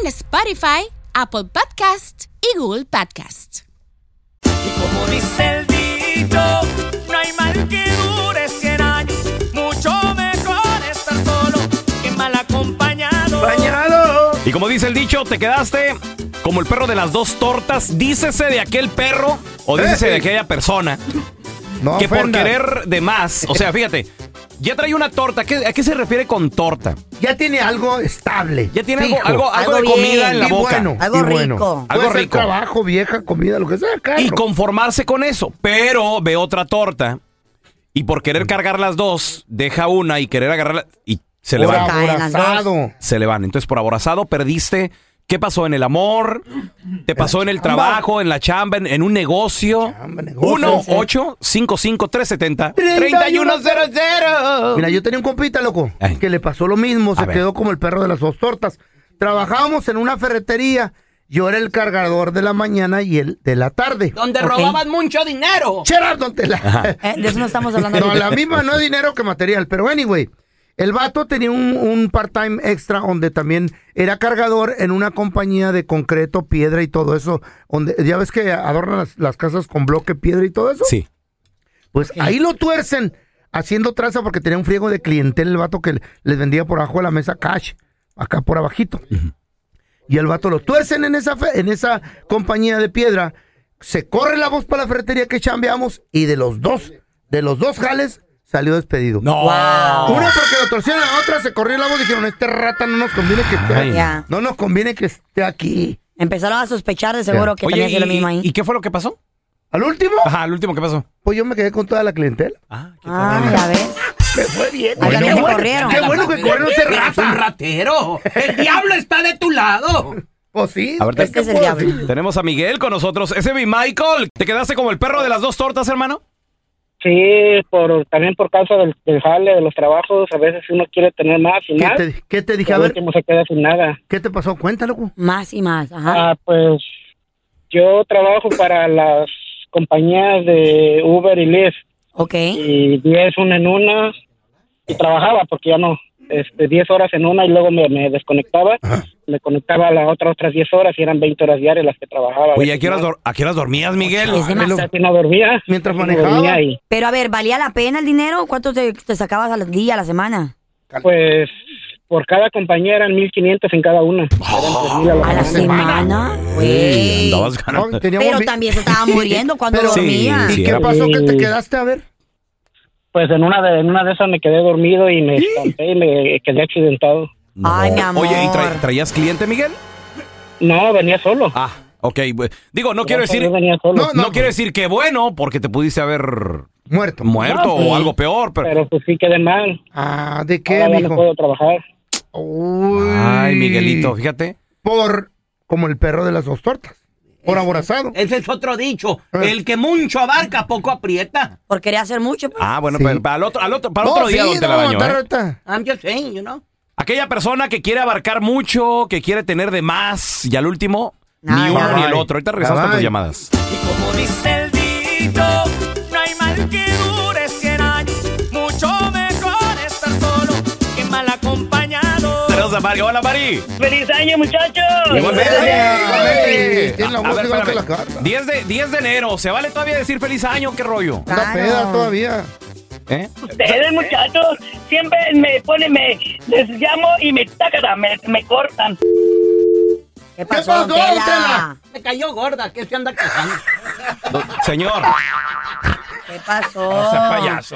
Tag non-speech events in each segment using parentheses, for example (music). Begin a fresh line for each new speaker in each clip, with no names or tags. en Spotify, Apple Podcast y Google Podcast.
Y como dice el dicho, no hay mal que dure 100 años. Mucho mejor estar solo que mal acompañado.
Y como dice el dicho, te quedaste como el perro de las dos tortas. Dícese de aquel perro o dícese de aquella persona
Eh. No
que por
ofendas.
querer de más. O sea, fíjate, ya trae una torta. ¿A qué, a qué se refiere con torta?
Ya tiene algo estable.
Ya tiene algo,
fijo.
algo, algo
Algo
de comida
bien.
en la
Y
boca.
bueno,
Algo
y
rico.
bueno.
Algo
Puede ser
rico.
trabajo, vieja, comida, lo que sea, carro.
Y conformarse con eso. Pero ve otra torta y por querer cargar las dos, deja una y querer agarrarla y se le
Por
van.
Caen las dos.
abrazado.
se le van. Entonces, por aborazado, perdiste. ¿Qué pasó en el amor? ¿Te pasó en el trabajo, en la chamba, en, en un negocio?
Chamba, negocio,
1
sí.
8 55 370
Mira, yo tenía un compita, loco,
Ey.
que le pasó lo mismo,
A
se
ver.
quedó como el perro de las dos tortas. Trabajábamos en una ferretería, yo era el cargador de la mañana y el de la tarde.
Donde
Ok.
robaban mucho dinero.
Gerard, don Tela.
Eh, de eso no estamos
(laughs)
hablando.
No,
ahorita.
la misma no es dinero que material, pero anyway. El vato tenía un, un part-time extra donde también era cargador en una compañía de concreto, piedra y todo eso. Donde, ya ves que adornan las, las casas con bloque, piedra y todo eso.
Sí.
Pues ahí lo tuercen haciendo traza porque tenía un friego de clientel el vato que les vendía por abajo de la mesa cash, acá por abajito. Y el vato lo tuercen en esa, fe- en esa compañía de piedra. Se corre la voz para la ferretería que chambeamos y de los dos, de los dos jales, salió despedido.
No.
Una porque lo torcieron, la otra se corrió la voz y dijeron, este rata no nos conviene que esté
Ay.
Ya.
No nos conviene que esté aquí.
Empezaron a sospechar de seguro que
Oye,
también hacía lo mismo ahí.
¿y qué fue lo que pasó?
Al último,
Ajá, el último, ¿qué pasó?
pues yo me quedé con toda la clientela.
Ah, ¿qué
ah, ya ves.
Me fue bien.
Oigan,
Qué
ya
bueno-
corrieron.
Qué bueno que corrieron ese
Eres un
rata.
ratero. El diablo está de tu lado.
Pues sí.
A ver,
¿qué
Este es el
puedo
diablo.
decir?
Tenemos a Miguel con nosotros. Ese es mi Michael. ¿Te quedaste como el perro de las dos tortas, hermano?
Sí, por, también por causa del, del jale, de los trabajos, a veces uno quiere tener más y
¿Qué
más,
te, qué te
y
dije? A
al
ver,
último se queda sin nada.
¿qué te pasó? Cuéntalo. cu.
Más y más. Ajá.
Ah, pues yo trabajo para las compañías de Uber y Lyft,
ok.
y 10 una en una, y trabajaba porque ya no, este, 10 horas en una y luego me, me desconectaba, me conectaba a las otras otras 10 horas y eran 20 horas diarias las que trabajaba.
Oye,
A
¿a qué horas,
veces
dor- a qué horas dormías, Miguel?
Es demasiado.
Casi no dormía.
Mientras
casi no
manejaba.
dormía y-
Pero a ver, ¿valía la pena el dinero? ¿Cuánto te, te sacabas al día, a la semana?
Pues por cada compañía eran 1500 en cada una.
Oh.
Eran 3,000 a la
¿A la
semana.
semana?
Sí,
Güey.
andabas ganando.
No, teníamos
Pues, Pero
vi-
también se
(laughs)
estaba muriendo cuando
Pero-
dormía.
Sí,
¿Y
sí,
qué
era-
pasó que te quedaste? A ver.
Pues en una de en una de esas me quedé dormido y me estampé y me quedé accidentado.
Ay, mi amor.
Oye, ¿y tra- traías cliente, Miguel?
No, venía solo.
Ah, ok. bu- Digo, no quiero
Gracias a
decir...
Dios venía solo.
No, quiero decir que bueno, porque te pudiste haber
Muerto.
muerto
No,
o
sí.
algo peor, pero...
Pero pues sí quedé mal.
Ah, ¿de qué,
Ahora ya no
mijo?
puedo trabajar.
Uy.
Ay, Miguelito, fíjate.
Por, como el perro de las dos tortas. Por
Eh,
aborazado.
Ese es otro dicho.
Eh.
El que mucho abarca, poco aprieta.
Por querer hacer mucho. pues.
Ah, bueno,
Sí.
pero para, el otro, al otro, para otro
No,
día,
sí,
don
no,
Telaraño,
está
¿eh?
reta.
I'm just saying, you know.
Aquella persona que quiere abarcar mucho, que quiere tener de más, y al último,
Nada.
ni uno ni
Ay.
el otro. Ahorita regresamos con tus
Ay.
llamadas.
Y como dice el dicho, no hay mal que dure 100 años. Mucho mejor estar solo que mal acompañado.
Tenemos a Mari. Hola, Mari.
¡Feliz año, muchachos!
Igualmente. Tiene la
A- a
voz
ver,
igual que la
espérame.
carta.
10 de, 10 de enero. ¿Se vale todavía decir feliz año? ¿Qué rollo?
Una
Claro.
peda todavía.
¿Eh?
Ustedes, muchachos, siempre me ponen, me les llamo y me tacan, me, cortan.
¿Qué pasó, don Tela?
Me cayó gorda, que se anda quejando.
Don-
(laughs)
señor,
¿Qué pasó?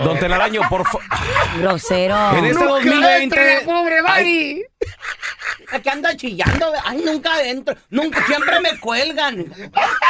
don Telaraño, por favor.
Grosero.
En este 2020.
pobre Mari!
¿A qué anda chillando? Ay, nunca adentro. Nunca, siempre me cuelgan.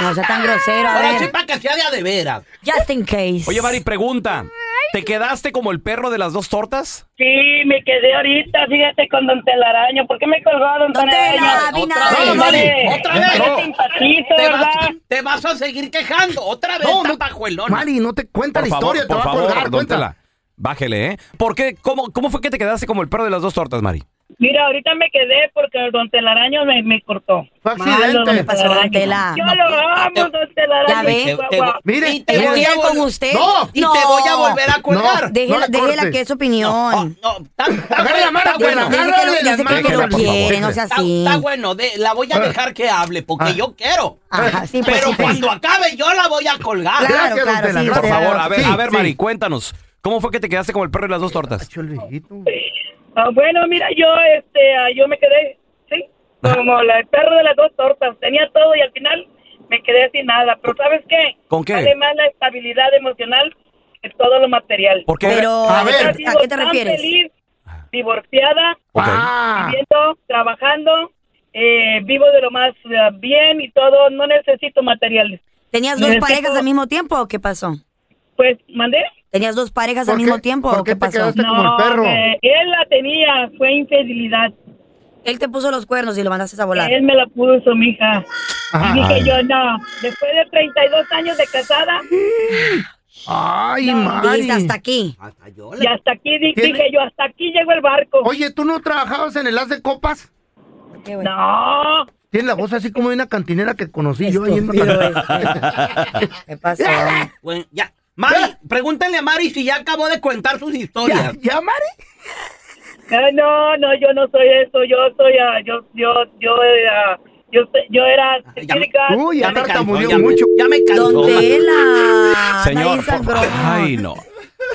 No sea tan grosero, a
Ahora sí,
ver.
para que sea de a de veras.
Just in case.
Oye, Mari, pregunta. ¿Te quedaste como el perro de las dos tortas?
Sí, me quedé ahorita, fíjate, con Don Telaraño. ¿Por qué me colgó Don
Don Tela,
Telaraño?
vi
Otra
nada.
vez, Mari. Otra
Otra
vez.
vez.
No.
Te simpatizo,
Te vas,
¿verdad?
te vas a seguir quejando. Otra vez,
No, no.
tapajuelona.
Mari, no te cuenta
Por
la
favor,
historia,
por
te va a
favor,
colgar,
don
cuéntala.
Tela. Bájele, ¿eh? ¿Por qué? ¿Cómo, ¿Cómo fue que te quedaste como el perro de las dos tortas, Mari?
Mira, ahorita me quedé porque Don Telaraño me, me cortó.
Fue accidente.
Malo,
¿Qué
pasó, don Tela?
Yo
No,
lo amo, Don Telaraño.
Ya ve.
Chihuahua.
Te- te-
Mire,
y
¿Te
te
Mira,
voy
voy
a
con
vol-
usted?
No,
Y te voy a volver a colgar. Ah,
Déjela,
No la
déjela
cortes.
que es su opinión.
No, está, está
Agarra la
bueno,
mano,
está
güey,
bueno.
agarra.
Dice que lo-
Agárrale las
dice que
manos,
lo
por favor.
quiere, no sea
Está,
así.
está bueno, de- la voy a dejar que hable porque
Ah.
yo quiero.
Ajá, sí, pues,
Pero
sí, pues.
cuando acabe yo la voy a colgar.
Claro,
Gracias, don
claro,
Tela,
sí,
gracias.
Por
Claro,
favor, a ver,
Sí,
a ver,
sí.
Mari, cuéntanos. ¿Cómo fue que te quedaste como el perro de las dos tortas?
Acho, el viejito.
Ah, bueno, mira, yo, este, ah, yo me quedé, sí, como la- el perro de las dos tortas. Tenía todo y al final me quedé sin nada. Pero ¿sabes qué?
¿Con qué?
Además, la estabilidad emocional es todo lo material.
¿Por qué?
Pero,
A
Ah,
¿a,
ver.
qué, te- a qué te refieres?
Feliz, divorciada,
Ok.
Ah,
viviendo, trabajando, eh, vivo de lo más eh, bien y todo. No necesito materiales.
¿Tenías dos
Necesito-
parejas al mismo tiempo o qué pasó?
Pues, mandé.
¿Tenías dos parejas
¿Por
al
qué-
mismo tiempo
por
o
qué
qué
te
pasó?
quedaste- como el perro.
me- eh, él la tenía, fue infidelidad.
Él te puso los cuernos y lo mandaste a volar.
Él me la puso, mija.
Ajá.
Y dije yo, no, después de 32 años de casada,
ay, Mari.
Dijiste hasta aquí.
Hasta yo
y
le-
hasta aquí, di-
¿Tiene-
dije yo, hasta aquí llegó el barco.
Oye, ¿tú no trabajabas en el As de Copas?
Qué bueno.
No,
Tiene la voz así como de una cantinera que conocí yo ahí en
Estúpido
Mazatlán.
este. ¿Qué
(laughs)
pasó?
Bueno, ya. Mari, pregúntenle a Mari si ya acabó de contar sus
¿Ya,
historias.
ya, Mari?
Ah, no, no, yo no soy eso, yo soy, ah, yo, yo, yo, eh, era- yo, soy- yo era
ya me-
síndica.
Uy, ya tartamudeó
ya, me-
mucho.
ya me cansó.
Don
Ah,
Tela.
Señor,
Nadie
por
sangró.
favor. Ay, no.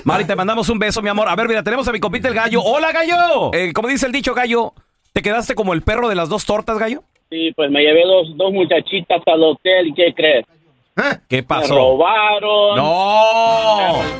Mari, te mandamos un beso, mi amor. A ver, mira, tenemos a mi compita el gallo. ¡Hola, gallo! Eh, como dice el dicho, gallo, ¿te quedaste como el perro de las dos tortas, gallo?
Sí, pues me llevé dos, dos muchachitas al hotel, ¿y qué crees?
¿Eh?
¿Qué pasó?
robaron.
(laughs)
¡No!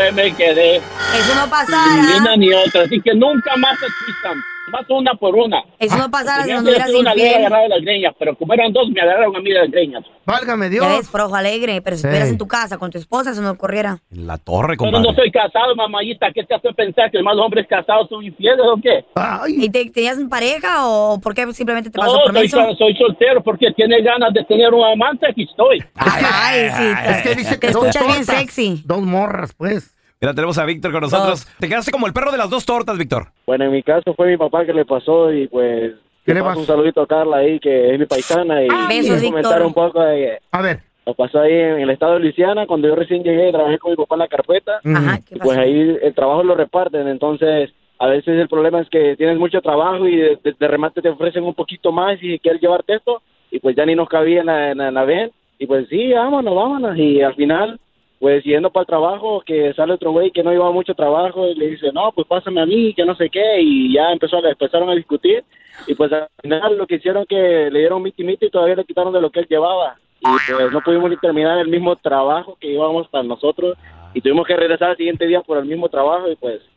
eh, me quedé
Eso no pasara.
ni otra, así que nunca más se chistan, más una por una.
Eso no pasara si
Tenía
no
que
hubieras
decir una ley
infiel.
agarrada de las greñas, pero como eran dos, me agarraron a mí de las greñas.
Válgame
Ya ves,
Dios.
frojo alegre, pero si
Sí.
estuvieras en tu casa con tu esposa, eso no ocurriera.
En la torre,
Pero no
compadre.
soy casado, mamayita. ¿Qué te hace pensar que los hombres casados son infieles o qué?
Ay,
¿Y te, tenías pareja o por qué simplemente te
No,
pasó por
soy,
menso?
soy soltero porque tiene ganas de tener un amante. Aquí estoy.
Ay, sí.
es que dice que
te
dos
escuchas bien
tortas,
sexy.
Dos morras, pues.
Mira, tenemos a Víctor con nosotros. Te quedaste como el perro de las dos tortas, Víctor.
Bueno, en mi caso fue mi papá que le pasó y pues
¿Qué
le
le
paso
pasó?
un saludito a Carla ahí que es mi paisana y
Ah, besos,
quiero comentar
Víctor.
un poco de que
A ver.
lo pasó ahí en el estado de Luisiana cuando yo recién llegué trabajé con mi papá en la carpeta
Ajá,
Mm.
¿qué pasó?
pues ahí el trabajo lo reparten entonces a veces el problema es que tienes mucho trabajo y de, de- de remate te ofrecen un poquito más y quieres llevarte esto y pues ya ni nos cabía en la, en la- en la van. y pues sí vámonos vámonos y al final pues yendo para el trabajo, que sale otro güey que no llevaba mucho trabajo y le dice, no, pues pásame a mí, que no sé qué, y ya empezó a, empezaron a discutir y pues al final lo que hicieron que le dieron miti miti y todavía le quitaron de lo que él llevaba y pues no pudimos ni terminar el mismo trabajo que llevábamos para nosotros y tuvimos que regresar al siguiente día por el mismo trabajo y pues
mm,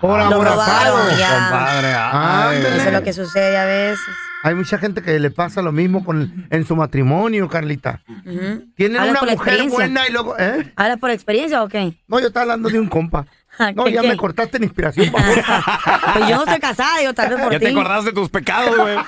Por
Lo
amor
robaron,
afado.
ya.
Ándale.
Eso es lo que sucede a veces.
Hay mucha gente que le pasa lo mismo con en su matrimonio, Carlita.
Ujú.
Tienen
Hablas
una
por la
mujer
experiencia.
buena y luego, ¿eh?
¿Hablas por experiencia o qué?
No, yo estaba hablando de un
(laughs)
compa.
Ah,
No,
¿qué,
ya
qué? (laughs)
me cortaste la inspiración, papá.
Pues yo no estoy casada, yo tal vez por
Ya
ti. (laughs)
te acordás de tus pecados, güey.